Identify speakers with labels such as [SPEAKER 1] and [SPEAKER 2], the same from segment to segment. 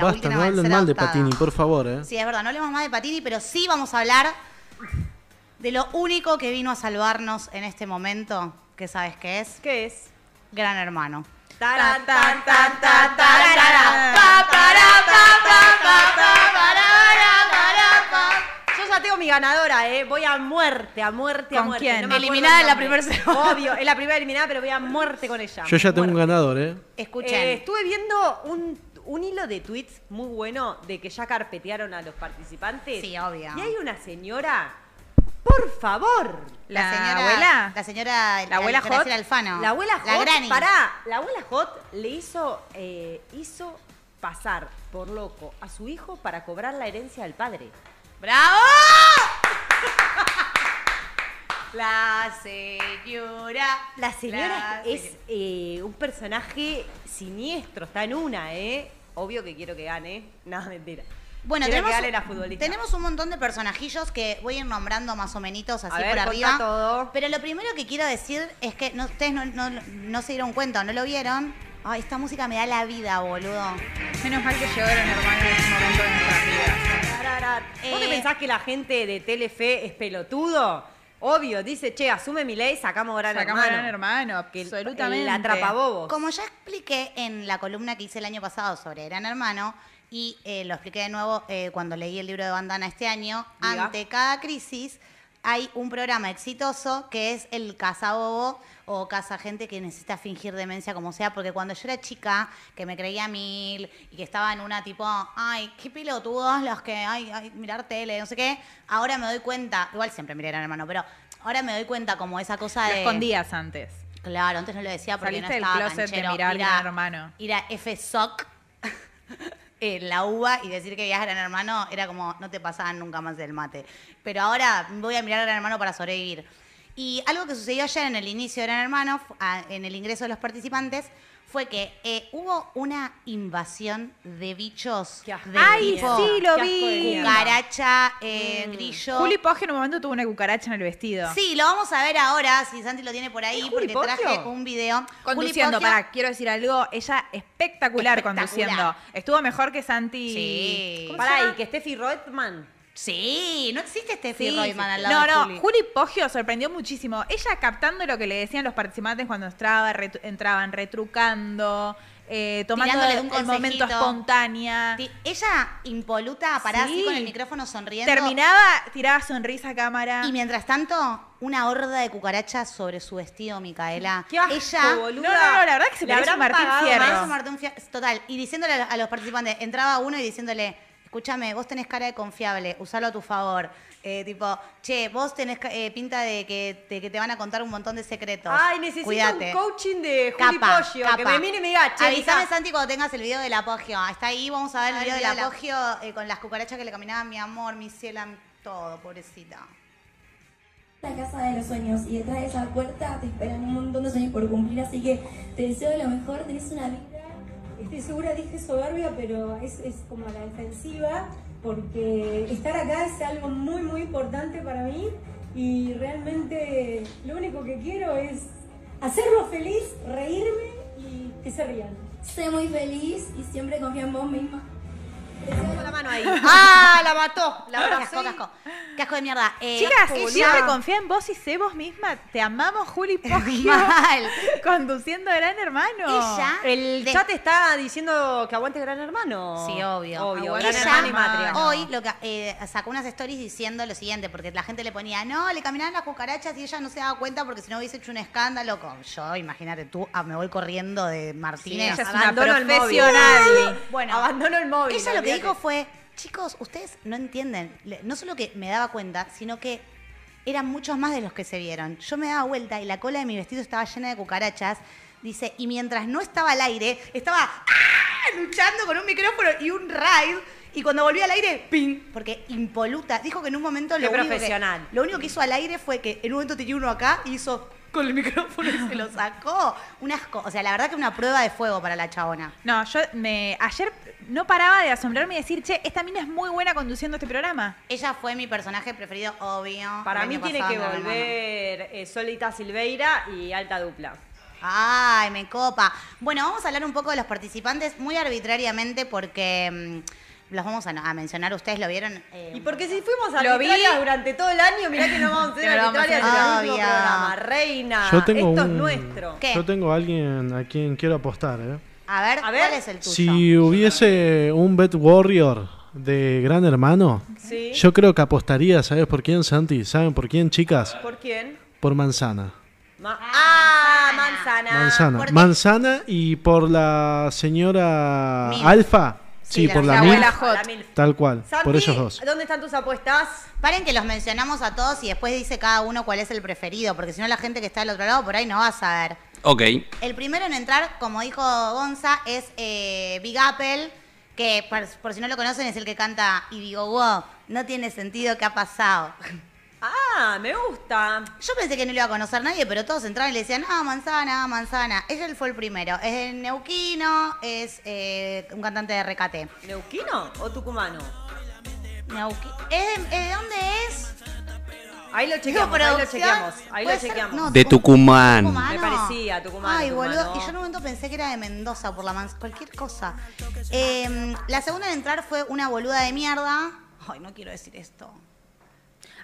[SPEAKER 1] La
[SPEAKER 2] Basta,
[SPEAKER 1] última
[SPEAKER 2] no hablen
[SPEAKER 1] balacera
[SPEAKER 2] mal de
[SPEAKER 1] adoptada.
[SPEAKER 2] Patini, por favor, ¿eh?
[SPEAKER 1] Sí, es verdad, no hablemos más de Patini, pero sí vamos a hablar de lo único que vino a salvarnos en este momento, que sabes qué es,
[SPEAKER 3] ¿Qué es?
[SPEAKER 1] Gran Hermano.
[SPEAKER 3] Taran, tan, tan, tan, tararara, pa, para, pa, pa, pa, pa, parara, para, pa. Yo ya tengo mi ganadora, ¿eh? Voy a muerte, a muerte, a
[SPEAKER 4] ¿Con
[SPEAKER 3] muerte.
[SPEAKER 4] quién?
[SPEAKER 3] me acuerdo
[SPEAKER 1] Eliminada
[SPEAKER 3] el
[SPEAKER 1] en la
[SPEAKER 3] nombre.
[SPEAKER 1] primera semana.
[SPEAKER 3] Obvio, es la primera eliminada, pero voy a muerte con ella.
[SPEAKER 2] Yo ya tengo un
[SPEAKER 3] Muerte.
[SPEAKER 2] ganador, ¿eh?
[SPEAKER 1] Escuchen.
[SPEAKER 3] Eh, estuve viendo un, un hilo de tweets muy bueno de que ya carpetearon a los participantes.
[SPEAKER 1] Sí, obvio.
[SPEAKER 3] Y hay una señora, por favor,
[SPEAKER 4] ¿La, abuela?
[SPEAKER 1] La señora.
[SPEAKER 4] ¿La abuela
[SPEAKER 1] Graciela
[SPEAKER 4] Hot?
[SPEAKER 1] Alfano.
[SPEAKER 3] La abuela Hot,
[SPEAKER 1] La Granny.
[SPEAKER 3] pará, la abuela Hot le hizo, eh, hizo pasar por loco a su hijo para cobrar la herencia del padre.
[SPEAKER 1] ¡Bravo! La señora.
[SPEAKER 3] La señora es
[SPEAKER 1] señora.
[SPEAKER 3] eh, un personaje siniestro, está en una, ¿eh? Obvio que quiero que gane. No, mentira.
[SPEAKER 1] Bueno,
[SPEAKER 3] Quiero
[SPEAKER 1] tenemos,
[SPEAKER 3] que gane la futbolista.
[SPEAKER 1] tenemos un montón de personajillos que voy a ir nombrando más o menitos así
[SPEAKER 3] A ver,
[SPEAKER 1] por
[SPEAKER 3] contá
[SPEAKER 1] arriba.
[SPEAKER 3] todo.
[SPEAKER 1] Pero lo primero que quiero decir es que no, ustedes no, no- no se dieron cuenta, no lo vieron. Ay, esta música me da la vida, boludo.
[SPEAKER 4] Menos mal que llegaron hermanos en ese momento de nuestras vidas.
[SPEAKER 3] Tararara.
[SPEAKER 1] Eh.
[SPEAKER 3] ¿Vos te pensás que la gente de Telefe es pelotudo? Obvio, dice, che, asume mi ley, sacamos gran
[SPEAKER 4] Sacamos
[SPEAKER 3] hermano.
[SPEAKER 4] gran hermano,
[SPEAKER 3] Que el-
[SPEAKER 4] absolutamente.
[SPEAKER 3] El, atrapabobos.
[SPEAKER 1] Como ya expliqué en la columna que hice el año pasado sobre Gran Hermano, y eh, lo expliqué de nuevo eh, cuando leí el libro de Bandana este año,
[SPEAKER 3] Diga.
[SPEAKER 1] ante cada crisis hay un programa exitoso que es el cazabobo o casa gente que necesita fingir demencia como sea, porque cuando yo era chica, que me creía mil y que estaba en una tipo, ay, qué pelotudos los que, ay, ay, mirar tele, no sé qué, ahora me doy cuenta, igual siempre miré Gran Hermano, pero ahora me doy cuenta como esa cosa
[SPEAKER 4] Lo
[SPEAKER 1] de...
[SPEAKER 4] escondías antes.
[SPEAKER 1] Claro, antes no lo decía porque
[SPEAKER 4] Saliste
[SPEAKER 1] no
[SPEAKER 4] del
[SPEAKER 1] estaba
[SPEAKER 4] closet de
[SPEAKER 1] canchero.
[SPEAKER 4] mirar
[SPEAKER 1] ir a,
[SPEAKER 4] Gran Hermano.
[SPEAKER 1] Ir a FSOC, en la uva, y decir que veías Gran Hermano era como, no te pasaban nunca más del mate. Pero ahora voy a mirar a Gran Hermano para sobrevivir. Y algo que sucedió ayer en el inicio de Gran Hermano, fu- a- en el ingreso de los participantes, fue que eh, hubo una invasión de bichos.
[SPEAKER 3] Qué asco
[SPEAKER 1] de
[SPEAKER 3] de
[SPEAKER 1] tipo
[SPEAKER 3] mierda.
[SPEAKER 4] sí, lo
[SPEAKER 3] Qué asco
[SPEAKER 4] vi. Mm.
[SPEAKER 3] de mierda.
[SPEAKER 1] Cucaracha, eh, grillo.
[SPEAKER 4] Juli Poggio en un momento tuvo una cucaracha en el vestido.
[SPEAKER 1] Sí, lo vamos a ver ahora, si Santi lo tiene por ahí,
[SPEAKER 3] ¿Es
[SPEAKER 1] porque
[SPEAKER 3] Juli Poggio?
[SPEAKER 1] traje un video.
[SPEAKER 4] Conduciendo,
[SPEAKER 1] Juli Poggio-
[SPEAKER 4] para, quiero decir algo, ella espectacular,
[SPEAKER 1] Espectacular.
[SPEAKER 4] conduciendo. Estuvo mejor que Santi.
[SPEAKER 1] Sí.
[SPEAKER 4] ¿Cómo se
[SPEAKER 3] Pará,
[SPEAKER 4] llama?
[SPEAKER 3] y que Steffi Rothman.
[SPEAKER 1] Sí, no existe este
[SPEAKER 3] Sí,
[SPEAKER 1] Royman al lado
[SPEAKER 4] No,
[SPEAKER 1] de
[SPEAKER 4] no,
[SPEAKER 1] Juli.
[SPEAKER 4] Juli. Poggio sorprendió muchísimo. Ella captando lo que le decían los participantes cuando entraba, retru- entraban, retrucando, eh, tomando
[SPEAKER 1] Tirándole un
[SPEAKER 4] el momento
[SPEAKER 1] consejito.
[SPEAKER 4] espontánea.
[SPEAKER 1] Sí, Ella impoluta, parada así
[SPEAKER 4] Sí.
[SPEAKER 1] con el micrófono sonriendo.
[SPEAKER 4] Terminaba, tiraba sonrisa a cámara.
[SPEAKER 1] Y mientras tanto, una horda de cucarachas sobre su vestido, Micaela.
[SPEAKER 3] Qué asco,
[SPEAKER 1] Ella.
[SPEAKER 3] boluda.
[SPEAKER 4] No, no, no, la verdad que se
[SPEAKER 3] Le
[SPEAKER 4] parece
[SPEAKER 3] habrán
[SPEAKER 4] Martín
[SPEAKER 3] pagado
[SPEAKER 4] Fierro.
[SPEAKER 3] más.
[SPEAKER 1] Parece Martín Fierro, Total. Y diciéndole a los- a los participantes, entraba uno y diciéndole, escúchame, vos tenés cara de confiable, usalo a tu favor. Eh, tipo, che, vos tenés ca- eh, pinta de que, de que te van a contar un montón de secretos.
[SPEAKER 3] Ay, necesito
[SPEAKER 1] Cuídate".
[SPEAKER 3] un coaching de Juli
[SPEAKER 1] Capa,
[SPEAKER 3] Poggio. Que
[SPEAKER 1] capa.
[SPEAKER 3] me mire y me diga, che,
[SPEAKER 1] Avísame,
[SPEAKER 3] hija,
[SPEAKER 1] Santi, cuando tengas el video del apogio. Está ahí, vamos a ver el
[SPEAKER 4] Ay,
[SPEAKER 1] video
[SPEAKER 4] el
[SPEAKER 1] del
[SPEAKER 4] video
[SPEAKER 1] apogio eh, con las cucarachas que le caminaban mi amor, mi ciela, mi- todo, pobrecita.
[SPEAKER 5] La casa de los sueños y detrás de esa puerta te esperan un montón de sueños por cumplir, así que te deseo lo mejor, tenés una vida.
[SPEAKER 6] Estoy segura, dije soberbia, pero es, es como a la defensiva, porque estar acá es algo muy, muy importante para mí y realmente lo único que quiero es hacerlo feliz, reírme y que se rían.
[SPEAKER 5] Sé muy feliz y siempre confía en vos misma.
[SPEAKER 3] pongo la mano ahí. ¡Ah, la mató! La
[SPEAKER 1] Qué
[SPEAKER 3] abrazó.
[SPEAKER 1] asco, qué asco. Qué asco de mierda. Eh,
[SPEAKER 4] Chicas,
[SPEAKER 1] ella-
[SPEAKER 4] siempre confía en vos y sé vos misma. Te amamos, Juli Poggio.
[SPEAKER 1] Mal.
[SPEAKER 4] Conduciendo Gran Hermano.
[SPEAKER 1] Ella-
[SPEAKER 3] El
[SPEAKER 1] De-
[SPEAKER 3] chat está diciendo que aguante Gran Hermano.
[SPEAKER 1] Sí, obvio.
[SPEAKER 3] Obvio,
[SPEAKER 4] Aguante
[SPEAKER 3] Gran
[SPEAKER 1] Ella
[SPEAKER 3] Hermano y
[SPEAKER 4] Gran
[SPEAKER 3] Matria.
[SPEAKER 4] Hermano.
[SPEAKER 1] Hoy lo que, eh, sacó unas stories diciendo lo siguiente, porque la gente le ponía, no, le caminaban las cucarachas y ella no se daba cuenta porque si no hubiese hecho un escándalo. Con yo, imagínate tú, ah, me voy corriendo de Martínez.
[SPEAKER 4] ella es una
[SPEAKER 3] Abandono el móvil.
[SPEAKER 4] profesional. Bueno.
[SPEAKER 3] abandono el móvil.
[SPEAKER 1] Ella lo que
[SPEAKER 3] olvídate.
[SPEAKER 1] dijo fue, chicos, ustedes no entienden. Le- No solo que me daba cuenta, sino que eran muchos más de los que se vieron. Yo me daba vuelta y la cola de mi vestido estaba llena de cucarachas. Dice, y mientras no estaba al aire, estaba ¡ah! luchando con un micrófono y un raid. Y cuando volví al aire, ¡ping! Porque impoluta. Dijo que en un momento
[SPEAKER 3] Qué
[SPEAKER 1] lo único,
[SPEAKER 3] profesional.
[SPEAKER 1] Que, lo único que hizo al aire fue que en un momento tenía uno acá y hizo con el micrófono y se lo sacó. Un asco. O sea, la verdad que una prueba de fuego para la chabona.
[SPEAKER 4] No, yo me ayer no paraba de asombrarme y decir, che, esta mina es muy buena conduciendo este programa.
[SPEAKER 1] Ella fue mi personaje preferido, obvio.
[SPEAKER 3] Para
[SPEAKER 1] el
[SPEAKER 3] mí
[SPEAKER 1] año
[SPEAKER 3] tiene
[SPEAKER 1] pasado
[SPEAKER 3] que
[SPEAKER 1] en Gran Hermano.
[SPEAKER 3] volver eh, Solita Silveira y Alta Dupla.
[SPEAKER 1] Ay, me copa. Bueno, vamos a hablar un poco de los participantes muy arbitrariamente porque mm, los vamos a, a mencionar. Ustedes lo vieron. eh,
[SPEAKER 3] Y porque si fuimos a
[SPEAKER 4] Lo
[SPEAKER 3] arbitrarias
[SPEAKER 4] vi.
[SPEAKER 3] durante todo el año, mirá que no vamos a ser
[SPEAKER 4] No lo vamos a
[SPEAKER 3] arbitrarias
[SPEAKER 1] hacer.
[SPEAKER 3] en el
[SPEAKER 1] Obvio.
[SPEAKER 3] mismo programa. Reina,
[SPEAKER 1] Ah,
[SPEAKER 2] Yo tengo
[SPEAKER 3] esto es
[SPEAKER 2] un-
[SPEAKER 3] nuestro.
[SPEAKER 1] ¿Qué?
[SPEAKER 2] Yo tengo a alguien a quien quiero apostar. ¿eh?
[SPEAKER 1] a, ver,
[SPEAKER 3] A ver.
[SPEAKER 1] ¿cuál es el tuyo?
[SPEAKER 2] Si hubiese un Bet Warrior de Gran Hermano,
[SPEAKER 3] Sí.
[SPEAKER 2] yo creo que apostaría, ¿sabes por quién, Santi? ¿Saben por quién, chicas?
[SPEAKER 3] ¿Por quién?
[SPEAKER 2] Por Manzana.
[SPEAKER 3] Ma- ah, manzana.
[SPEAKER 2] Manzana.
[SPEAKER 1] porque-
[SPEAKER 2] Manzana y por la señora
[SPEAKER 1] Milf.
[SPEAKER 2] Alfa.
[SPEAKER 1] Sí,
[SPEAKER 2] Sí,
[SPEAKER 1] la-
[SPEAKER 2] por
[SPEAKER 1] la
[SPEAKER 2] la,
[SPEAKER 1] abuela.
[SPEAKER 2] Milf,
[SPEAKER 3] Ah, La
[SPEAKER 4] Hot.
[SPEAKER 3] milf.
[SPEAKER 2] Tal cual.
[SPEAKER 3] Santi,
[SPEAKER 2] Por esos dos.
[SPEAKER 3] ¿Dónde están tus apuestas?
[SPEAKER 1] Paren que los mencionamos a todos y después dice cada uno cuál es el preferido, porque si no la gente que está del otro lado por ahí no va a saber.
[SPEAKER 7] Ok.
[SPEAKER 1] El primero en entrar, como dijo Gonza, es eh, Big Apple, que por, por si no lo conocen es el que canta y digo, wow, no tiene sentido qué ha pasado.
[SPEAKER 3] Ah, me gusta.
[SPEAKER 1] Yo pensé que no lo iba a conocer nadie, pero todos entraban y le decían, ah, manzana, ah, manzana. Él fue el primero. Es de neuquino, es eh, un cantante de recate.
[SPEAKER 3] ¿Neuquino o tucumano?
[SPEAKER 1] Neuqui- ¿Es de, eh, ¿de dónde es?
[SPEAKER 3] Ahí lo chequeamos,
[SPEAKER 1] Digo,
[SPEAKER 3] ahí lo
[SPEAKER 1] producción.
[SPEAKER 3] chequeamos. Ahí lo
[SPEAKER 1] ¿Puede ser?
[SPEAKER 3] chequeamos.
[SPEAKER 1] No,
[SPEAKER 7] De Tucumán.
[SPEAKER 1] Tucumán.
[SPEAKER 3] Me parecía, Tucumán,
[SPEAKER 1] Ay,
[SPEAKER 3] Tucumán,
[SPEAKER 1] boludo.
[SPEAKER 3] no.
[SPEAKER 1] Y yo en un momento pensé que era de Mendoza por la mans... Cualquier cosa. Eh, la segunda en entrar fue una boluda de mierda. Ay, no quiero decir esto.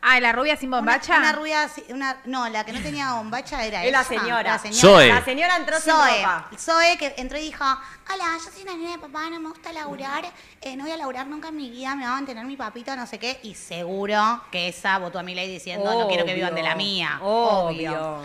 [SPEAKER 4] Ah, la rubia sin
[SPEAKER 1] Una-
[SPEAKER 4] bombacha.
[SPEAKER 1] Una, rubia así- una- no, la que no tenía bombacha era
[SPEAKER 3] Es la
[SPEAKER 1] esa,
[SPEAKER 3] señora.
[SPEAKER 1] La señora.
[SPEAKER 7] Zoe.
[SPEAKER 3] La señora entró sin
[SPEAKER 1] Zoe,
[SPEAKER 3] ropa.
[SPEAKER 1] Zoe que entró y dijo, hola, yo soy una niña de papá, no me gusta laburar, eh, no voy a laburar nunca en mi vida, me va a mantener mi papito, no sé qué. Y seguro que esa votó a mi ley diciendo, no quiero que vivan de la mía.
[SPEAKER 3] Obvio.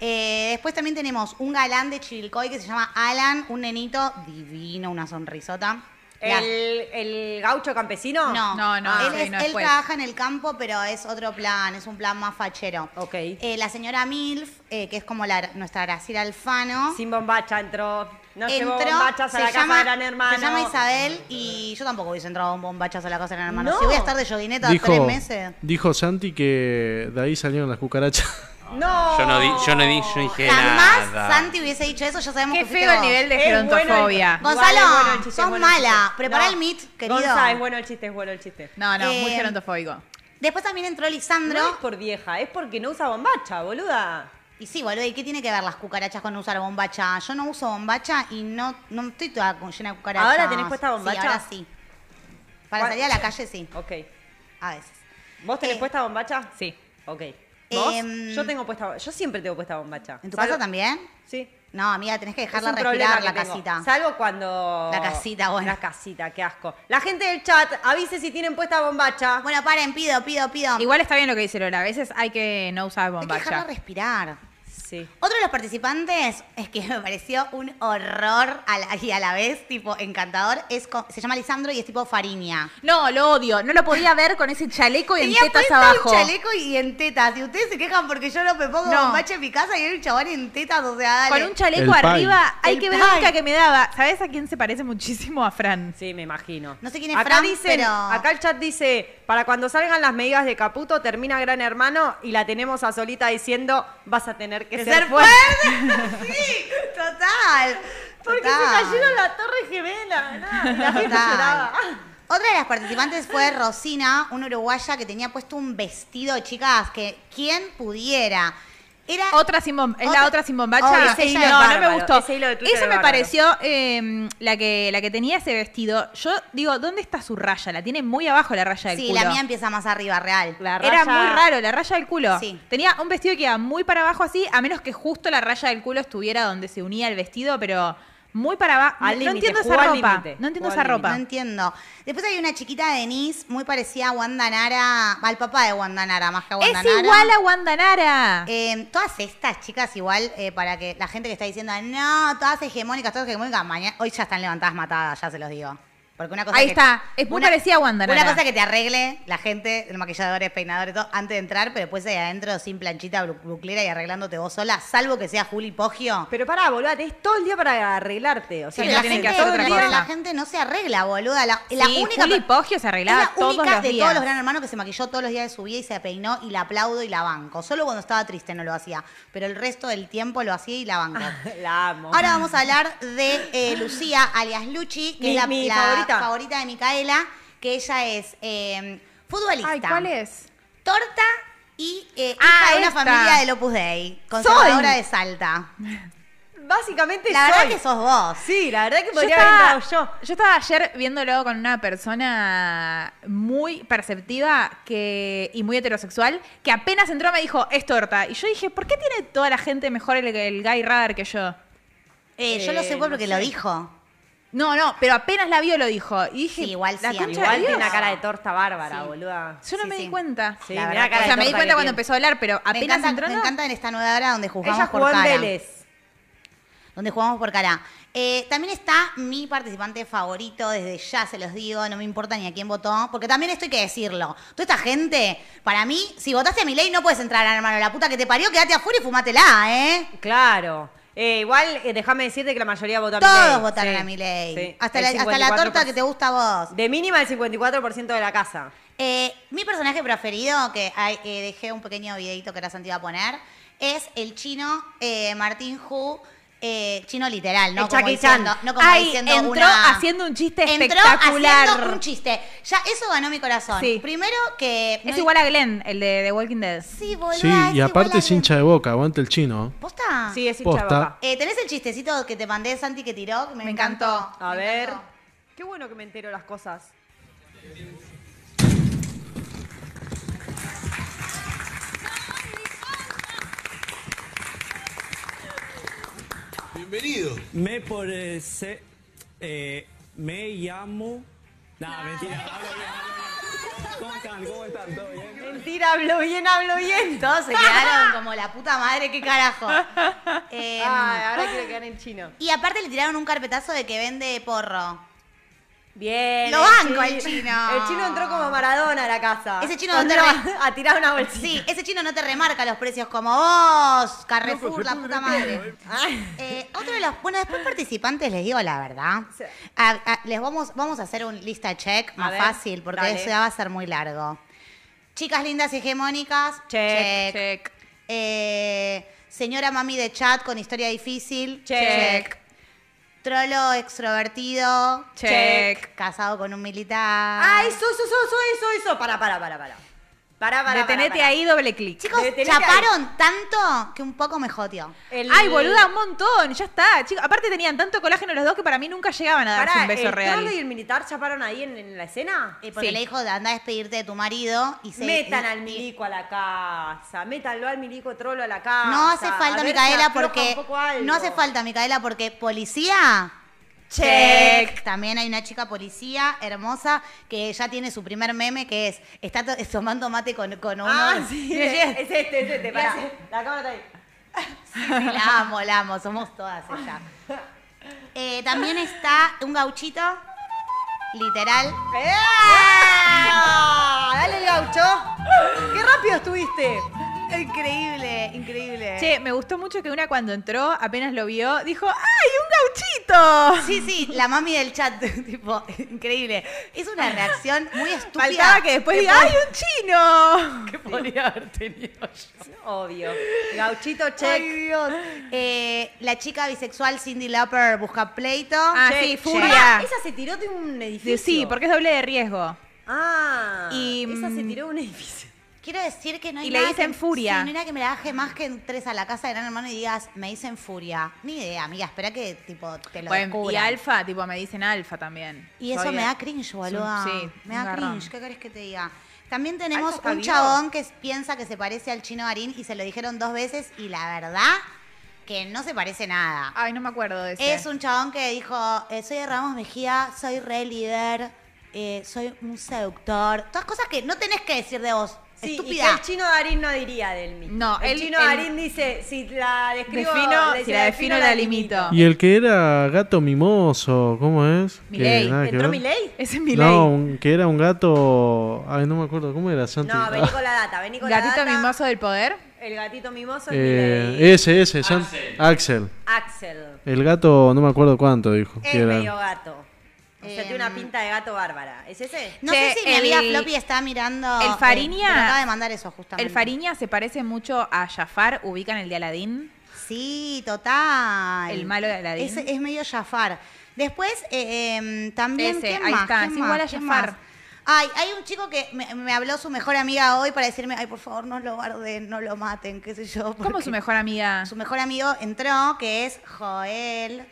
[SPEAKER 1] Eh, después también tenemos un galán de Chivilcoy que se llama Alan, un nenito divino, una sonrisota. La-
[SPEAKER 3] ¿El, el gaucho campesino?
[SPEAKER 1] No,
[SPEAKER 4] No, no,
[SPEAKER 1] él,
[SPEAKER 4] sí,
[SPEAKER 1] es-
[SPEAKER 4] no
[SPEAKER 1] él
[SPEAKER 4] después.
[SPEAKER 1] trabaja en el campo, pero es otro plan, es un plan más fachero.
[SPEAKER 3] Ok.
[SPEAKER 1] Eh, la señora Milf, eh, que es como la, nuestra Graciela Alfano.
[SPEAKER 3] Sin bombacha entró. No llevó
[SPEAKER 1] entró,
[SPEAKER 3] bombachas a la casa de Gran Hermano.
[SPEAKER 1] se llama Isabel y yo tampoco hubiese entrado con bombachas a la casa de Gran Hermano.
[SPEAKER 3] No.
[SPEAKER 1] Si voy a estar de yoguineta tres
[SPEAKER 2] Dijo,
[SPEAKER 1] meses.
[SPEAKER 2] dijo Santi que de ahí salieron las cucarachas.
[SPEAKER 3] No.
[SPEAKER 7] Yo no, di, yo no, di, yo no dije
[SPEAKER 1] Jamás
[SPEAKER 7] nada.
[SPEAKER 1] Santi hubiese dicho eso, ya sabemos
[SPEAKER 4] Qué
[SPEAKER 1] que fuiste
[SPEAKER 4] feo el
[SPEAKER 1] vos.
[SPEAKER 4] nivel de
[SPEAKER 3] Es bueno el-
[SPEAKER 4] gerontofobia.
[SPEAKER 1] Gonzalo,
[SPEAKER 3] Igual es bueno el chiste, es
[SPEAKER 1] sos
[SPEAKER 3] bueno el chiste.
[SPEAKER 1] mala. Prepará
[SPEAKER 3] No.
[SPEAKER 1] el meet, querido.
[SPEAKER 3] Gonza, es bueno el chiste, es bueno el chiste.
[SPEAKER 4] No, no, muy
[SPEAKER 1] Eh,
[SPEAKER 4] gerontofóbico.
[SPEAKER 1] Después también entró Lisandro.
[SPEAKER 3] No es por vieja, es porque no usa bombacha, boluda.
[SPEAKER 1] Y sí, boludo, ¿y qué tiene que ver las cucarachas con usar bombacha? Yo no uso bombacha y no, no estoy toda con- llena de cucarachas.
[SPEAKER 3] ¿Ahora tenés puesta bombacha?
[SPEAKER 1] Sí, ahora sí. Para
[SPEAKER 3] ¿Cuál?
[SPEAKER 1] salir a la calle, sí,
[SPEAKER 3] Ok.
[SPEAKER 1] a veces.
[SPEAKER 3] ¿Vos tenés
[SPEAKER 1] Eh.
[SPEAKER 3] puesta bombacha?
[SPEAKER 4] Sí.
[SPEAKER 3] Ok. ¿Vos?
[SPEAKER 1] Em.
[SPEAKER 3] yo tengo puesta Yo siempre tengo puesta bombacha.
[SPEAKER 1] ¿En tu
[SPEAKER 3] Salvo-
[SPEAKER 1] casa también?
[SPEAKER 3] Sí.
[SPEAKER 1] No, amiga, tenés que
[SPEAKER 3] Es
[SPEAKER 1] dejarla
[SPEAKER 3] un problema
[SPEAKER 1] respirar
[SPEAKER 3] que
[SPEAKER 1] la
[SPEAKER 3] tengo.
[SPEAKER 1] casita.
[SPEAKER 3] Salvo cuando.
[SPEAKER 1] La casita, bueno.
[SPEAKER 3] La casita, qué asco. La gente del chat, avise si tienen puesta bombacha.
[SPEAKER 1] Bueno, paren, pido, pido, pido.
[SPEAKER 4] Igual está bien lo que dice Lola. A veces hay que no usar
[SPEAKER 1] Hay que dejarla
[SPEAKER 4] bombacha.
[SPEAKER 1] respirar.
[SPEAKER 3] Sí.
[SPEAKER 1] Otro de los participantes es que me pareció un horror a la- y a la vez, tipo, encantador. Es co- se llama Lisandro y es tipo Fariña.
[SPEAKER 4] No, lo odio. No lo podía ver con ese chaleco y en
[SPEAKER 1] Tenía
[SPEAKER 4] tetas
[SPEAKER 1] puesto
[SPEAKER 4] abajo.
[SPEAKER 1] un chaleco y en tetas. Y ustedes se quejan porque yo no me pongo
[SPEAKER 4] No.
[SPEAKER 1] bombacha en mi casa y hay un chabón en tetas, o sea, dale.
[SPEAKER 4] Con un chaleco
[SPEAKER 2] El pai.
[SPEAKER 4] arriba, hay
[SPEAKER 1] El
[SPEAKER 4] que
[SPEAKER 1] pai.
[SPEAKER 4] ver que me daba. ¿Sabes a quién se parece muchísimo a Fran?
[SPEAKER 3] Sí, me imagino.
[SPEAKER 1] No sé quién es
[SPEAKER 3] acá
[SPEAKER 1] Fran,
[SPEAKER 3] dicen,
[SPEAKER 1] pero-
[SPEAKER 3] Acá el chat dice, para cuando salgan las medidas de Caputo, termina Gran Hermano y la tenemos a Solita diciendo, vas a tener que,
[SPEAKER 1] Que
[SPEAKER 3] ser,
[SPEAKER 1] ser
[SPEAKER 3] fuerte.
[SPEAKER 1] fuerte. sí, total.
[SPEAKER 3] Porque
[SPEAKER 1] Total.
[SPEAKER 3] se cayeron la torre gemela, ¿verdad? Y la gente
[SPEAKER 1] Total.
[SPEAKER 3] lloraba.
[SPEAKER 1] Otra de las participantes fue Rosina, una uruguaya que tenía puesto un vestido, chicas, que quien pudiera. Era
[SPEAKER 4] Otra sin bom- es la
[SPEAKER 1] Otra-
[SPEAKER 4] otra sin bombacha.
[SPEAKER 1] Oh, ese hilo es
[SPEAKER 4] no, no
[SPEAKER 3] bárbaro,
[SPEAKER 4] me gustó.
[SPEAKER 3] ese hilo de Twitter
[SPEAKER 4] Eso
[SPEAKER 3] es
[SPEAKER 4] me
[SPEAKER 3] bárbaro.
[SPEAKER 4] pareció eh, la que la que tenía ese vestido. Yo digo, ¿dónde está su raya? La tiene muy abajo la raya del
[SPEAKER 1] Sí,
[SPEAKER 4] culo.
[SPEAKER 1] la mía empieza más arriba, real.
[SPEAKER 3] La
[SPEAKER 4] Era
[SPEAKER 3] raya-
[SPEAKER 4] muy raro, la raya del culo.
[SPEAKER 1] Sí.
[SPEAKER 4] Tenía un vestido que iba muy para abajo así, a menos que justo la raya del culo estuviera donde se unía el vestido, pero muy para abajo. No,
[SPEAKER 3] Al límite,
[SPEAKER 4] entiendo
[SPEAKER 3] jugó
[SPEAKER 4] esa
[SPEAKER 3] al
[SPEAKER 4] ropa.
[SPEAKER 3] límite,
[SPEAKER 4] No entiendo
[SPEAKER 3] jugó
[SPEAKER 4] esa
[SPEAKER 3] al límite.
[SPEAKER 1] No
[SPEAKER 4] ropa.
[SPEAKER 1] entiendo. Después hay una chiquita de Denise muy parecida a Wanda Nara, al papá de Wanda Nara, más que a Wanda
[SPEAKER 4] Es
[SPEAKER 1] Nara.
[SPEAKER 4] igual a Guandanara.
[SPEAKER 1] Eh, todas estas chicas, igual, eh, para que la gente que está diciendo, no, todas hegemónicas, todas hegemónicas, mañana, hoy ya están levantadas matadas, ya se los digo. Porque una cosa
[SPEAKER 4] Ahí
[SPEAKER 1] que-
[SPEAKER 4] está, es muy parecida a Wanda
[SPEAKER 1] Una
[SPEAKER 4] Nara.
[SPEAKER 1] cosa que te arregle la gente, el maquillador, el peinador y todo, antes de entrar, pero después ahí adentro sin planchita, bru- bruclera y arreglándote vos sola, salvo que sea Juli Poggio.
[SPEAKER 3] Pero pará, boluda, tenés todo el día para arreglarte. O sea,
[SPEAKER 4] Sí,
[SPEAKER 1] Pero
[SPEAKER 4] no
[SPEAKER 1] la
[SPEAKER 4] tienen
[SPEAKER 1] gente,
[SPEAKER 4] que hacer
[SPEAKER 1] todo
[SPEAKER 4] otra
[SPEAKER 1] el día
[SPEAKER 4] cosa.
[SPEAKER 1] la gente no se arregla, boluda. La, la
[SPEAKER 4] Sí,
[SPEAKER 1] única
[SPEAKER 4] Juli
[SPEAKER 1] per-
[SPEAKER 4] Poggio se arreglaba
[SPEAKER 1] es la
[SPEAKER 4] todos
[SPEAKER 1] única
[SPEAKER 4] los
[SPEAKER 1] de
[SPEAKER 4] días.
[SPEAKER 1] todos los gran hermanos que se maquilló todos los días de su vida y se peinó y la aplaudo y la banco. Solo cuando estaba triste no lo hacía, pero el resto del tiempo lo hacía y la banco.
[SPEAKER 4] Ah,
[SPEAKER 3] la amo.
[SPEAKER 1] Ahora vamos a hablar de eh, Lucía, alias Luchi, que
[SPEAKER 3] Mi-
[SPEAKER 1] es la,
[SPEAKER 3] mi
[SPEAKER 1] la
[SPEAKER 3] favorita.
[SPEAKER 1] de Micaela, que ella es eh, futbolista.
[SPEAKER 4] Ay, ¿cuál es?
[SPEAKER 1] Torta y eh,
[SPEAKER 4] Ah,
[SPEAKER 1] hija de una
[SPEAKER 4] esta.
[SPEAKER 1] familia del Opus Dei, conservadora
[SPEAKER 4] Soy.
[SPEAKER 1] de Salta.
[SPEAKER 3] Básicamente
[SPEAKER 1] La
[SPEAKER 3] soy.
[SPEAKER 1] verdad que sos vos.
[SPEAKER 3] Sí, la verdad que
[SPEAKER 4] Yo
[SPEAKER 3] podría haber
[SPEAKER 4] estaba,
[SPEAKER 3] entrado yo.
[SPEAKER 4] yo estaba ayer viéndolo con una persona muy perceptiva que, y muy heterosexual, que apenas entró me dijo, es torta. Y yo dije, ¿por qué tiene toda la gente mejor el, el guy radar que yo?
[SPEAKER 1] Eh, yo lo
[SPEAKER 3] Eh,
[SPEAKER 1] sé por porque
[SPEAKER 3] no
[SPEAKER 1] lo
[SPEAKER 3] sé.
[SPEAKER 1] dijo.
[SPEAKER 4] No, no, pero apenas la vio lo dijo. Y dije,
[SPEAKER 1] Sí, igual
[SPEAKER 4] la
[SPEAKER 1] sí,
[SPEAKER 4] concha
[SPEAKER 1] amigo.
[SPEAKER 4] de
[SPEAKER 1] Igual
[SPEAKER 4] Dios.
[SPEAKER 1] tiene una cara de
[SPEAKER 3] torta bárbara,
[SPEAKER 1] Sí.
[SPEAKER 3] boluda.
[SPEAKER 4] Yo no
[SPEAKER 1] Sí,
[SPEAKER 4] me
[SPEAKER 1] sí.
[SPEAKER 4] di cuenta.
[SPEAKER 3] Sí,
[SPEAKER 1] La
[SPEAKER 3] mirá
[SPEAKER 1] verdad
[SPEAKER 3] la cara
[SPEAKER 4] o sea,
[SPEAKER 3] de
[SPEAKER 4] me di
[SPEAKER 3] torta
[SPEAKER 4] cuenta
[SPEAKER 3] que
[SPEAKER 4] cuando
[SPEAKER 3] tiene.
[SPEAKER 4] empezó a hablar, pero
[SPEAKER 1] Me
[SPEAKER 4] apenas
[SPEAKER 1] encanta,
[SPEAKER 4] entró.
[SPEAKER 1] me
[SPEAKER 4] no.
[SPEAKER 1] encanta en esta nueva era donde jugamos
[SPEAKER 3] Ella
[SPEAKER 1] por
[SPEAKER 3] jugó en
[SPEAKER 1] cara.
[SPEAKER 3] Vélez.
[SPEAKER 1] donde jugamos por cara. Eh, también está mi participante favorito, desde ya se los digo, no me importa ni a quién votó, porque también esto hay que decirlo. Toda esta gente, para mí, si votaste a mi ley no puedes entrar, hermano, la puta que te parió, quédate afuera y fumátela, ¿eh?
[SPEAKER 3] Claro. Eh, igual, eh, déjame decirte que la mayoría votó a
[SPEAKER 1] Todos
[SPEAKER 3] Milei.
[SPEAKER 1] votaron
[SPEAKER 3] Sí,
[SPEAKER 1] a mi ley.
[SPEAKER 3] sí.
[SPEAKER 1] Hasta,
[SPEAKER 3] El
[SPEAKER 1] la, hasta la
[SPEAKER 3] 54%.
[SPEAKER 1] torta que te gusta a vos.
[SPEAKER 3] De mínima el 54% de la casa.
[SPEAKER 1] Eh, mi personaje preferido, que hay- eh, dejé un pequeño videito que ahora Santi va a poner, es el chino eh, Martín Hu. eh, chino literal, no
[SPEAKER 3] El
[SPEAKER 1] como
[SPEAKER 3] Jackie Chan.
[SPEAKER 1] diciendo, no como
[SPEAKER 4] Ay,
[SPEAKER 1] diciendo
[SPEAKER 4] entró
[SPEAKER 1] una-
[SPEAKER 4] haciendo un chiste
[SPEAKER 1] Entró
[SPEAKER 4] espectacular.
[SPEAKER 1] haciendo un chiste. Ya eso ganó mi corazón.
[SPEAKER 4] Sí.
[SPEAKER 1] Primero que
[SPEAKER 4] Es
[SPEAKER 1] no-
[SPEAKER 4] igual a Glenn, el de The Walking Dead.
[SPEAKER 1] Sí, boluda,
[SPEAKER 2] Sí,
[SPEAKER 1] es
[SPEAKER 2] y
[SPEAKER 1] igual
[SPEAKER 2] aparte
[SPEAKER 1] a-
[SPEAKER 2] es hincha de boca, aguante el chino.
[SPEAKER 1] ¿Posta?
[SPEAKER 3] Sí, es hincha de
[SPEAKER 2] Posta.
[SPEAKER 3] boca.
[SPEAKER 1] Eh, ¿Tenés el chistecito que te mandé Santi que tiró? Que me,
[SPEAKER 4] Me
[SPEAKER 1] encantó.
[SPEAKER 4] encantó.
[SPEAKER 3] A
[SPEAKER 1] Me
[SPEAKER 3] ver.
[SPEAKER 1] encantó.
[SPEAKER 3] Qué bueno que me entero las cosas.
[SPEAKER 8] Me parece. Eh, me llamo. Nah, mentira. hablo bien, hablo bien. ¿Cómo están? ¿Cómo están? ¿Todo bien?
[SPEAKER 3] Mentira, hablo bien, hablo bien.
[SPEAKER 1] Todos se quedaron como la puta madre, qué carajo. Em,
[SPEAKER 3] Ay, ahora quiero quedar en chino.
[SPEAKER 1] y aparte le tiraron un carpetazo de que vende porro.
[SPEAKER 3] Bien.
[SPEAKER 1] Lo
[SPEAKER 3] el
[SPEAKER 1] banco al chino.
[SPEAKER 3] El chino entró como Maradona a la casa.
[SPEAKER 1] Ese chino
[SPEAKER 3] Entró
[SPEAKER 1] entró-
[SPEAKER 3] a, a tirar una bolsita.
[SPEAKER 1] Sí, ese chino no te remarca los precios como vos, Carrefour, la puta madre. Eh, otro de los, bueno, después participantes les digo la verdad.
[SPEAKER 3] Sí.
[SPEAKER 1] A- a- les vamos, vamos a hacer un lista check más
[SPEAKER 3] ver,
[SPEAKER 1] fácil porque
[SPEAKER 3] dale.
[SPEAKER 1] eso ya va a ser muy largo. Chicas lindas y hegemónicas.
[SPEAKER 3] Check,
[SPEAKER 4] Check.
[SPEAKER 1] Eh, señora mami de chat con historia difícil.
[SPEAKER 3] Check.
[SPEAKER 1] Trolo extrovertido.
[SPEAKER 4] Check.
[SPEAKER 1] Casado con un militar.
[SPEAKER 3] Ah, eso, eso, eso, eso, eso, eso. Para, para, para, para. Para, para.
[SPEAKER 4] Detenete
[SPEAKER 3] para, para.
[SPEAKER 4] ahí, doble clic.
[SPEAKER 1] Chicos,
[SPEAKER 3] Detenete ahí.
[SPEAKER 1] chaparon tanto que un poco me joteó.
[SPEAKER 3] El-
[SPEAKER 4] Ay, boluda, un montón, ya está. Chicos, aparte tenían tanto colágeno los dos que para mí nunca llegaban a darse
[SPEAKER 3] Pará,
[SPEAKER 4] un beso
[SPEAKER 3] ¿el
[SPEAKER 4] real.
[SPEAKER 3] Trollo y el militar chaparon ahí en, en la escena?
[SPEAKER 1] Eh, porque
[SPEAKER 4] Sí.
[SPEAKER 1] le dijo, anda a despedirte de tu marido y se...
[SPEAKER 3] Metan
[SPEAKER 1] y-
[SPEAKER 3] al milico a la casa, métanlo al milico trolo a la casa.
[SPEAKER 1] No hace
[SPEAKER 3] a
[SPEAKER 1] falta,
[SPEAKER 3] ver si
[SPEAKER 1] Micaela,
[SPEAKER 3] afloja un
[SPEAKER 1] porque...
[SPEAKER 3] poco algo.
[SPEAKER 1] No hace falta, Micaela, porque policía...
[SPEAKER 3] Check.
[SPEAKER 1] También hay una chica policía hermosa que ya tiene su primer meme que es está to- tomando mate con, con uno.
[SPEAKER 3] Ah, sí,
[SPEAKER 1] Y
[SPEAKER 3] es,
[SPEAKER 1] ella-
[SPEAKER 3] es este, es este,
[SPEAKER 1] Y
[SPEAKER 3] pará.
[SPEAKER 1] hace-
[SPEAKER 3] La cámara está ahí.
[SPEAKER 1] La amo, la amo, somos todas ella. Eh, también está un gauchito, literal.
[SPEAKER 3] ¡Ah! Dale, gaucho. Qué rápido estuviste.
[SPEAKER 1] Increíble, increíble.
[SPEAKER 4] Che, me gustó mucho que una cuando entró, apenas lo vio, dijo, ¡ay, un gauchito!
[SPEAKER 1] Sí, sí, la mami del chat, tipo, increíble. Es una reacción muy estúpida.
[SPEAKER 4] Faltaba que después diga, ¡ay, un chino!
[SPEAKER 3] Obvio. Gauchito, check.
[SPEAKER 1] Eh, la chica bisexual Cindy Lauper busca pleito.
[SPEAKER 4] Ah,
[SPEAKER 3] Check,
[SPEAKER 4] sí,
[SPEAKER 3] check.
[SPEAKER 4] furia.
[SPEAKER 3] Pará, esa se tiró de un edificio.
[SPEAKER 4] Sí, porque es doble de riesgo.
[SPEAKER 3] Ah,
[SPEAKER 4] Y,
[SPEAKER 3] esa se
[SPEAKER 4] mm,
[SPEAKER 3] tiró de un edificio.
[SPEAKER 1] Quiero decir que no hay
[SPEAKER 4] Y le
[SPEAKER 1] nada
[SPEAKER 4] dicen
[SPEAKER 1] que-
[SPEAKER 4] furia.
[SPEAKER 1] sí, no hay nada que me la baje más que entres a la casa de gran hermano y digas, me dicen furia. Ni idea, amiga, espera que tipo te lo
[SPEAKER 4] Bueno, Pues, y
[SPEAKER 1] descubran.
[SPEAKER 4] alfa, tipo, me dicen alfa también.
[SPEAKER 1] Y eso
[SPEAKER 4] Soy-
[SPEAKER 1] me da cringe, boluda.
[SPEAKER 4] Sí,
[SPEAKER 1] me da
[SPEAKER 4] un garrón.
[SPEAKER 1] cringe. ¿Qué querés que te diga? También tenemos
[SPEAKER 3] Alfa está
[SPEAKER 1] un
[SPEAKER 3] vivo.
[SPEAKER 1] chabón que es- piensa que se parece al chino Darín y se lo dijeron dos veces y la verdad que no se parece nada.
[SPEAKER 4] Ay, no me acuerdo de eso.
[SPEAKER 1] Es un chabón que dijo, eh, soy de Ramos Mejía, soy re líder, eh, soy un seductor. Todas cosas que no tenés que decir de vos.
[SPEAKER 3] Sí, y que
[SPEAKER 1] Estúpida.
[SPEAKER 3] el chino Darín no diría del mí.
[SPEAKER 4] No,
[SPEAKER 3] el,
[SPEAKER 4] el-
[SPEAKER 3] chino
[SPEAKER 4] el-
[SPEAKER 3] Darín dice, si la describo,
[SPEAKER 4] Defino-
[SPEAKER 3] le-
[SPEAKER 4] si la defino, la
[SPEAKER 3] Ah.
[SPEAKER 4] limito.
[SPEAKER 2] Y el que era gato mimoso, ¿cómo es? Que
[SPEAKER 4] Milei.
[SPEAKER 2] nada que
[SPEAKER 3] ¿Entró
[SPEAKER 2] ver.
[SPEAKER 3] mi ley?
[SPEAKER 4] Ese es mi ley.
[SPEAKER 2] No, un- que era un gato. Ay, no me acuerdo, ¿cómo era Santi? Ah,
[SPEAKER 3] No, vení con la data, vení con la
[SPEAKER 4] Gatito
[SPEAKER 3] data.
[SPEAKER 4] mimoso del poder.
[SPEAKER 3] El gatito mimoso es
[SPEAKER 2] Eh,
[SPEAKER 3] Milei.
[SPEAKER 2] ese, ese, San- Axel.
[SPEAKER 3] Axel.
[SPEAKER 2] El gato, no me acuerdo cuánto dijo.
[SPEAKER 3] Es
[SPEAKER 2] que era.
[SPEAKER 3] medio gato. O sea,
[SPEAKER 1] Em.
[SPEAKER 3] tiene una pinta de gato bárbara. ¿Es ese?
[SPEAKER 1] No
[SPEAKER 4] Che,
[SPEAKER 1] sé si mi amiga
[SPEAKER 4] el-
[SPEAKER 1] Floppy está mirando. eh,
[SPEAKER 4] el Fariña-
[SPEAKER 1] pero acaba de mandar eso justamente.
[SPEAKER 4] El Fariña se parece mucho a Jafar, ubican el de Aladín.
[SPEAKER 1] Sí, total.
[SPEAKER 4] El malo de Aladín.
[SPEAKER 1] Es, es medio Jafar. Después, eh, eh, también.
[SPEAKER 4] Ese,
[SPEAKER 1] ¿quién
[SPEAKER 4] ahí
[SPEAKER 1] más?
[SPEAKER 4] está,
[SPEAKER 1] ¿Quién
[SPEAKER 4] es
[SPEAKER 1] más?
[SPEAKER 4] igual a
[SPEAKER 1] ¿Quién
[SPEAKER 4] Jafar.
[SPEAKER 1] más? Ay, hay un chico que me, me habló su mejor amiga hoy para decirme, ay, por favor, no lo guarden, no lo maten, qué sé yo.
[SPEAKER 4] ¿Cómo
[SPEAKER 1] porque
[SPEAKER 4] su mejor amiga?
[SPEAKER 1] Su mejor amigo entró, que es Joel.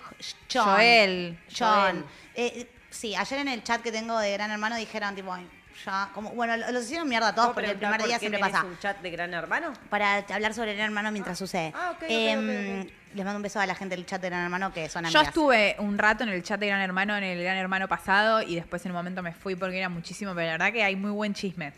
[SPEAKER 1] John.
[SPEAKER 4] Joel.
[SPEAKER 1] John.
[SPEAKER 4] Joel.
[SPEAKER 1] Eh, sí, ayer en el chat que tengo de Gran Hermano dijeron, tipo, ay, ya, como, bueno, lo- los hicieron mierda a todos
[SPEAKER 3] ¿Puedo
[SPEAKER 1] porque el primer
[SPEAKER 3] preguntar por
[SPEAKER 1] día
[SPEAKER 3] qué
[SPEAKER 1] siempre
[SPEAKER 3] tenés
[SPEAKER 1] pasa.
[SPEAKER 3] un chat de Gran Hermano?
[SPEAKER 1] Para hablar sobre Gran Hermano mientras sucede.
[SPEAKER 3] ah, ok, ok, ok,
[SPEAKER 1] Em, Les mando un beso a la gente del chat de Gran Hermano que son
[SPEAKER 4] Yo
[SPEAKER 1] amigas.
[SPEAKER 4] estuve un rato en el chat de Gran Hermano, en el Gran Hermano pasado, y después en un momento me fui porque era muchísimo, pero la verdad que hay muy buen chisme.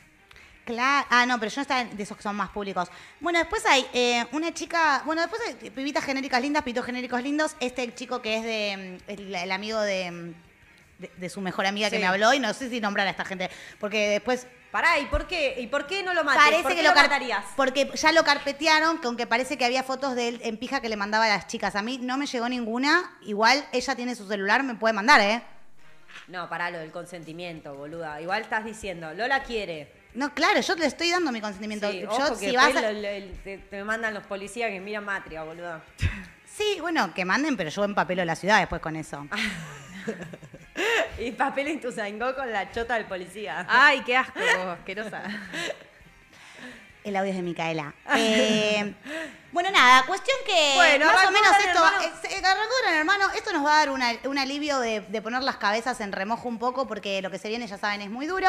[SPEAKER 1] Claro. Ah, no, pero yo no estaba en- de esos que son más públicos. Bueno, después hay eh, una chica. Bueno, después hay pibitas genéricas lindas, pitos genéricos lindos. Este el chico que es de mm, el, el amigo de, mm, de, de su mejor amiga que
[SPEAKER 3] Sí.
[SPEAKER 1] me habló. Y no sé si nombrar a esta gente. Porque después.
[SPEAKER 3] Pará, ¿y por qué? ¿Y por qué no lo matas?
[SPEAKER 1] Parece
[SPEAKER 3] ¿Por qué
[SPEAKER 1] que
[SPEAKER 3] lo,
[SPEAKER 1] lo, car-
[SPEAKER 3] matarías?
[SPEAKER 1] Porque ya lo carpetearon, que aunque parece que había fotos de él en pija que le mandaba a las chicas. A mí no me llegó ninguna. Igual ella tiene su celular, me puede mandar, ¿eh?
[SPEAKER 3] No, pará, lo del consentimiento, boluda. Igual estás diciendo, Lola quiere.
[SPEAKER 1] No, claro, yo le estoy dando mi consentimiento.
[SPEAKER 3] Sí,
[SPEAKER 1] yo,
[SPEAKER 3] ojo que
[SPEAKER 1] si vas
[SPEAKER 3] después
[SPEAKER 1] a-
[SPEAKER 3] lo- lo- te, te mandan los policías que miran Matria, boluda.
[SPEAKER 1] Sí, bueno, que manden, pero yo empapelo la ciudad después con eso.
[SPEAKER 3] Ah. Y papel en tu zangó con la chota del policía.
[SPEAKER 1] Ah,
[SPEAKER 4] Ay, qué asco, asquerosa.
[SPEAKER 1] El audio es de Micaela. Eh, bueno, nada, cuestión que
[SPEAKER 3] Ah. Bueno,
[SPEAKER 1] más o
[SPEAKER 3] arrancó
[SPEAKER 1] menos
[SPEAKER 3] Gran
[SPEAKER 1] esto,
[SPEAKER 3] Hermano.
[SPEAKER 1] eh, se agarró Gran hermano, esto nos va a dar una- un alivio de, de poner las cabezas en remojo un poco, porque lo que se viene, ya saben, es muy duro,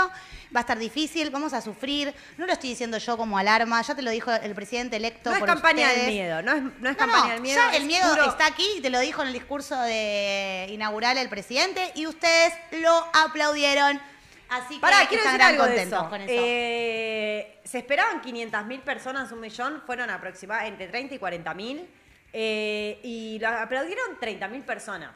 [SPEAKER 1] va a estar difícil, vamos a sufrir, no lo estoy diciendo yo como alarma, ya te lo dijo el presidente electo.
[SPEAKER 3] no es
[SPEAKER 1] por
[SPEAKER 3] campaña
[SPEAKER 1] ustedes.
[SPEAKER 3] del miedo, no es, no es
[SPEAKER 1] No,
[SPEAKER 3] campaña
[SPEAKER 1] no,
[SPEAKER 3] del miedo.
[SPEAKER 1] ya
[SPEAKER 3] es
[SPEAKER 1] el miedo
[SPEAKER 3] puro-
[SPEAKER 1] está aquí, te lo dijo en el discurso de inaugural el presidente y ustedes lo aplaudieron. Así que
[SPEAKER 3] Pará, quiero
[SPEAKER 1] están
[SPEAKER 3] decir
[SPEAKER 1] gran
[SPEAKER 3] algo de
[SPEAKER 1] contentos
[SPEAKER 3] eso.
[SPEAKER 1] con eso.
[SPEAKER 3] Eh, se esperaban 500.000 personas, un millón, fueron aproximadamente entre 30 y 40.000. eh, y lo aplaudieron 30.000 personas.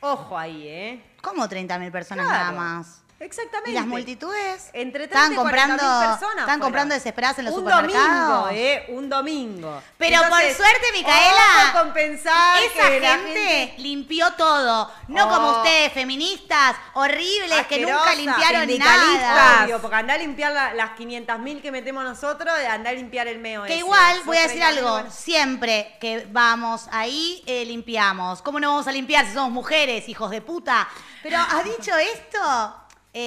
[SPEAKER 3] Ojo ahí, ¿eh?
[SPEAKER 1] ¿Cómo 30.000 personas
[SPEAKER 3] Claro.
[SPEAKER 1] nada más?
[SPEAKER 3] Exactamente.
[SPEAKER 1] Y las multitudes
[SPEAKER 3] Entre 30
[SPEAKER 1] estaban
[SPEAKER 3] y 40.000
[SPEAKER 1] comprando,
[SPEAKER 3] personas.
[SPEAKER 1] estaban
[SPEAKER 3] fueron.
[SPEAKER 1] comprando desesperadas en los
[SPEAKER 3] un
[SPEAKER 1] supermercados.
[SPEAKER 3] domingo, ¿eh? Un domingo.
[SPEAKER 1] Pero
[SPEAKER 3] Entonces,
[SPEAKER 1] por suerte, Micaela,
[SPEAKER 3] ojo con pensar
[SPEAKER 1] Esa
[SPEAKER 3] que
[SPEAKER 1] gente,
[SPEAKER 3] la
[SPEAKER 1] limpió todo, no como
[SPEAKER 3] Oh.
[SPEAKER 1] ustedes, feministas horribles que nunca
[SPEAKER 3] Asquerosa,
[SPEAKER 1] limpiaron
[SPEAKER 3] sindicalista,
[SPEAKER 1] nada.
[SPEAKER 3] obvio, porque andá a limpiar la- las 500.000 que metemos nosotros, eh, andá a limpiar el meo.
[SPEAKER 1] Que
[SPEAKER 3] ese.
[SPEAKER 1] igual
[SPEAKER 3] Son
[SPEAKER 1] voy a decir
[SPEAKER 3] 30.000
[SPEAKER 1] algo,
[SPEAKER 3] buenas-
[SPEAKER 1] siempre que vamos ahí eh, limpiamos. ¿Cómo no vamos a limpiar si somos mujeres, hijos de puta? Pero ha dicho esto,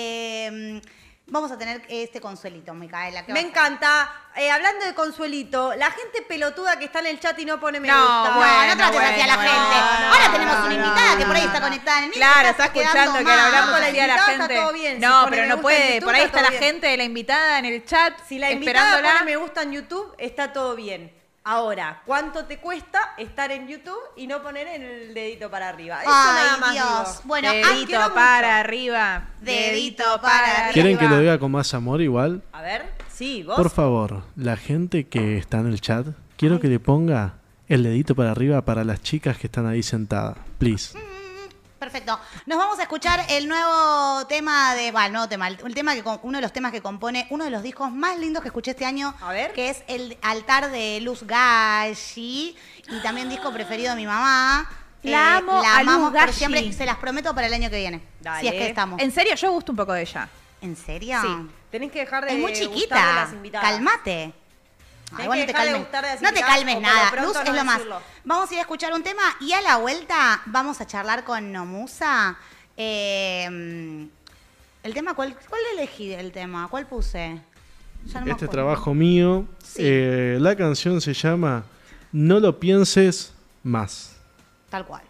[SPEAKER 1] eh, vamos a tener este consuelito, Micaela. ¿qué
[SPEAKER 3] Me
[SPEAKER 1] vas a-
[SPEAKER 3] encanta. Eh, hablando de Consuelito, la gente pelotuda que está en el chat y no pone me
[SPEAKER 4] No,
[SPEAKER 3] gusta.
[SPEAKER 1] No,
[SPEAKER 4] bueno,
[SPEAKER 1] no trates así a la
[SPEAKER 4] bueno,
[SPEAKER 1] gente.
[SPEAKER 4] no,
[SPEAKER 1] Ahora
[SPEAKER 4] no,
[SPEAKER 1] tenemos
[SPEAKER 4] no,
[SPEAKER 1] una
[SPEAKER 4] no,
[SPEAKER 1] invitada que por ahí
[SPEAKER 4] no,
[SPEAKER 1] está
[SPEAKER 4] no.
[SPEAKER 1] conectada en el está
[SPEAKER 4] Claro, está escuchando que le hablamos
[SPEAKER 3] mal.
[SPEAKER 4] así a la
[SPEAKER 3] Con la invitada
[SPEAKER 4] gente.
[SPEAKER 3] está todo bien, si
[SPEAKER 4] no,
[SPEAKER 3] pone
[SPEAKER 4] pero
[SPEAKER 3] me
[SPEAKER 4] no
[SPEAKER 3] gusta en
[SPEAKER 4] puede.
[SPEAKER 3] YouTube,
[SPEAKER 4] Por ahí
[SPEAKER 3] está
[SPEAKER 4] está la
[SPEAKER 3] todo bien.
[SPEAKER 4] gente, la invitada en el chat,
[SPEAKER 3] Si la invitada
[SPEAKER 4] esperándola.
[SPEAKER 3] pone me gusta en YouTube, está todo bien. Ahora, ¿cuánto te cuesta estar en YouTube y no poner el dedito para arriba? Eso nada
[SPEAKER 1] Ay,
[SPEAKER 3] más
[SPEAKER 1] Dios.
[SPEAKER 3] digo.
[SPEAKER 1] Bueno, ay,
[SPEAKER 4] dedito
[SPEAKER 1] quiero mucho.
[SPEAKER 4] para arriba.
[SPEAKER 1] Dedito
[SPEAKER 4] Dedito
[SPEAKER 1] para
[SPEAKER 4] para
[SPEAKER 1] arriba.
[SPEAKER 4] arriba.
[SPEAKER 2] ¿Quieren que lo diga con más amor igual?
[SPEAKER 3] A ver, sí, vos.
[SPEAKER 2] Por favor, la gente que está en el chat, quiero que le ponga el dedito para arriba para las chicas que están ahí sentadas. Please.
[SPEAKER 1] Perfecto. Nos vamos a escuchar el nuevo tema de. Bueno, el nuevo tema. El, el tema que, con- uno de los temas que compone uno de los discos más lindos que escuché este año.
[SPEAKER 3] A ver.
[SPEAKER 1] Que es el altar de Luz Galli. Y también disco preferido de mi mamá. Eh,
[SPEAKER 4] La amo
[SPEAKER 1] la
[SPEAKER 4] a Luz
[SPEAKER 1] amamos por
[SPEAKER 4] Galli.
[SPEAKER 1] siempre. Se las prometo para el año que viene.
[SPEAKER 3] Dale.
[SPEAKER 1] Si es que estamos.
[SPEAKER 4] En serio, yo gusto un poco de ella.
[SPEAKER 1] ¿En serio?
[SPEAKER 3] Sí, tenés que dejar de
[SPEAKER 1] Es muy
[SPEAKER 3] gustarle a
[SPEAKER 1] chiquita.
[SPEAKER 3] las invitadas.
[SPEAKER 1] Calmate.
[SPEAKER 3] Tenés
[SPEAKER 1] Igual
[SPEAKER 3] que
[SPEAKER 1] no te
[SPEAKER 3] dejar de
[SPEAKER 1] calmes.
[SPEAKER 3] gustarle a las
[SPEAKER 1] No te
[SPEAKER 3] invitadas,
[SPEAKER 1] calmes
[SPEAKER 3] o por lo
[SPEAKER 1] nada.
[SPEAKER 3] pronto
[SPEAKER 1] Luz
[SPEAKER 3] no
[SPEAKER 1] es lo más.
[SPEAKER 3] decirlo.
[SPEAKER 1] Vamos a ir a escuchar un tema y a la vuelta vamos a charlar con Nomusa. Eh, el tema, ¿cuál, cuál elegí el tema? ¿Cuál puse? Ya no me
[SPEAKER 2] Este
[SPEAKER 1] acuerdo.
[SPEAKER 2] trabajo mío,
[SPEAKER 1] Sí.
[SPEAKER 2] eh, la canción se llama No lo pienses más.
[SPEAKER 1] Tal cual.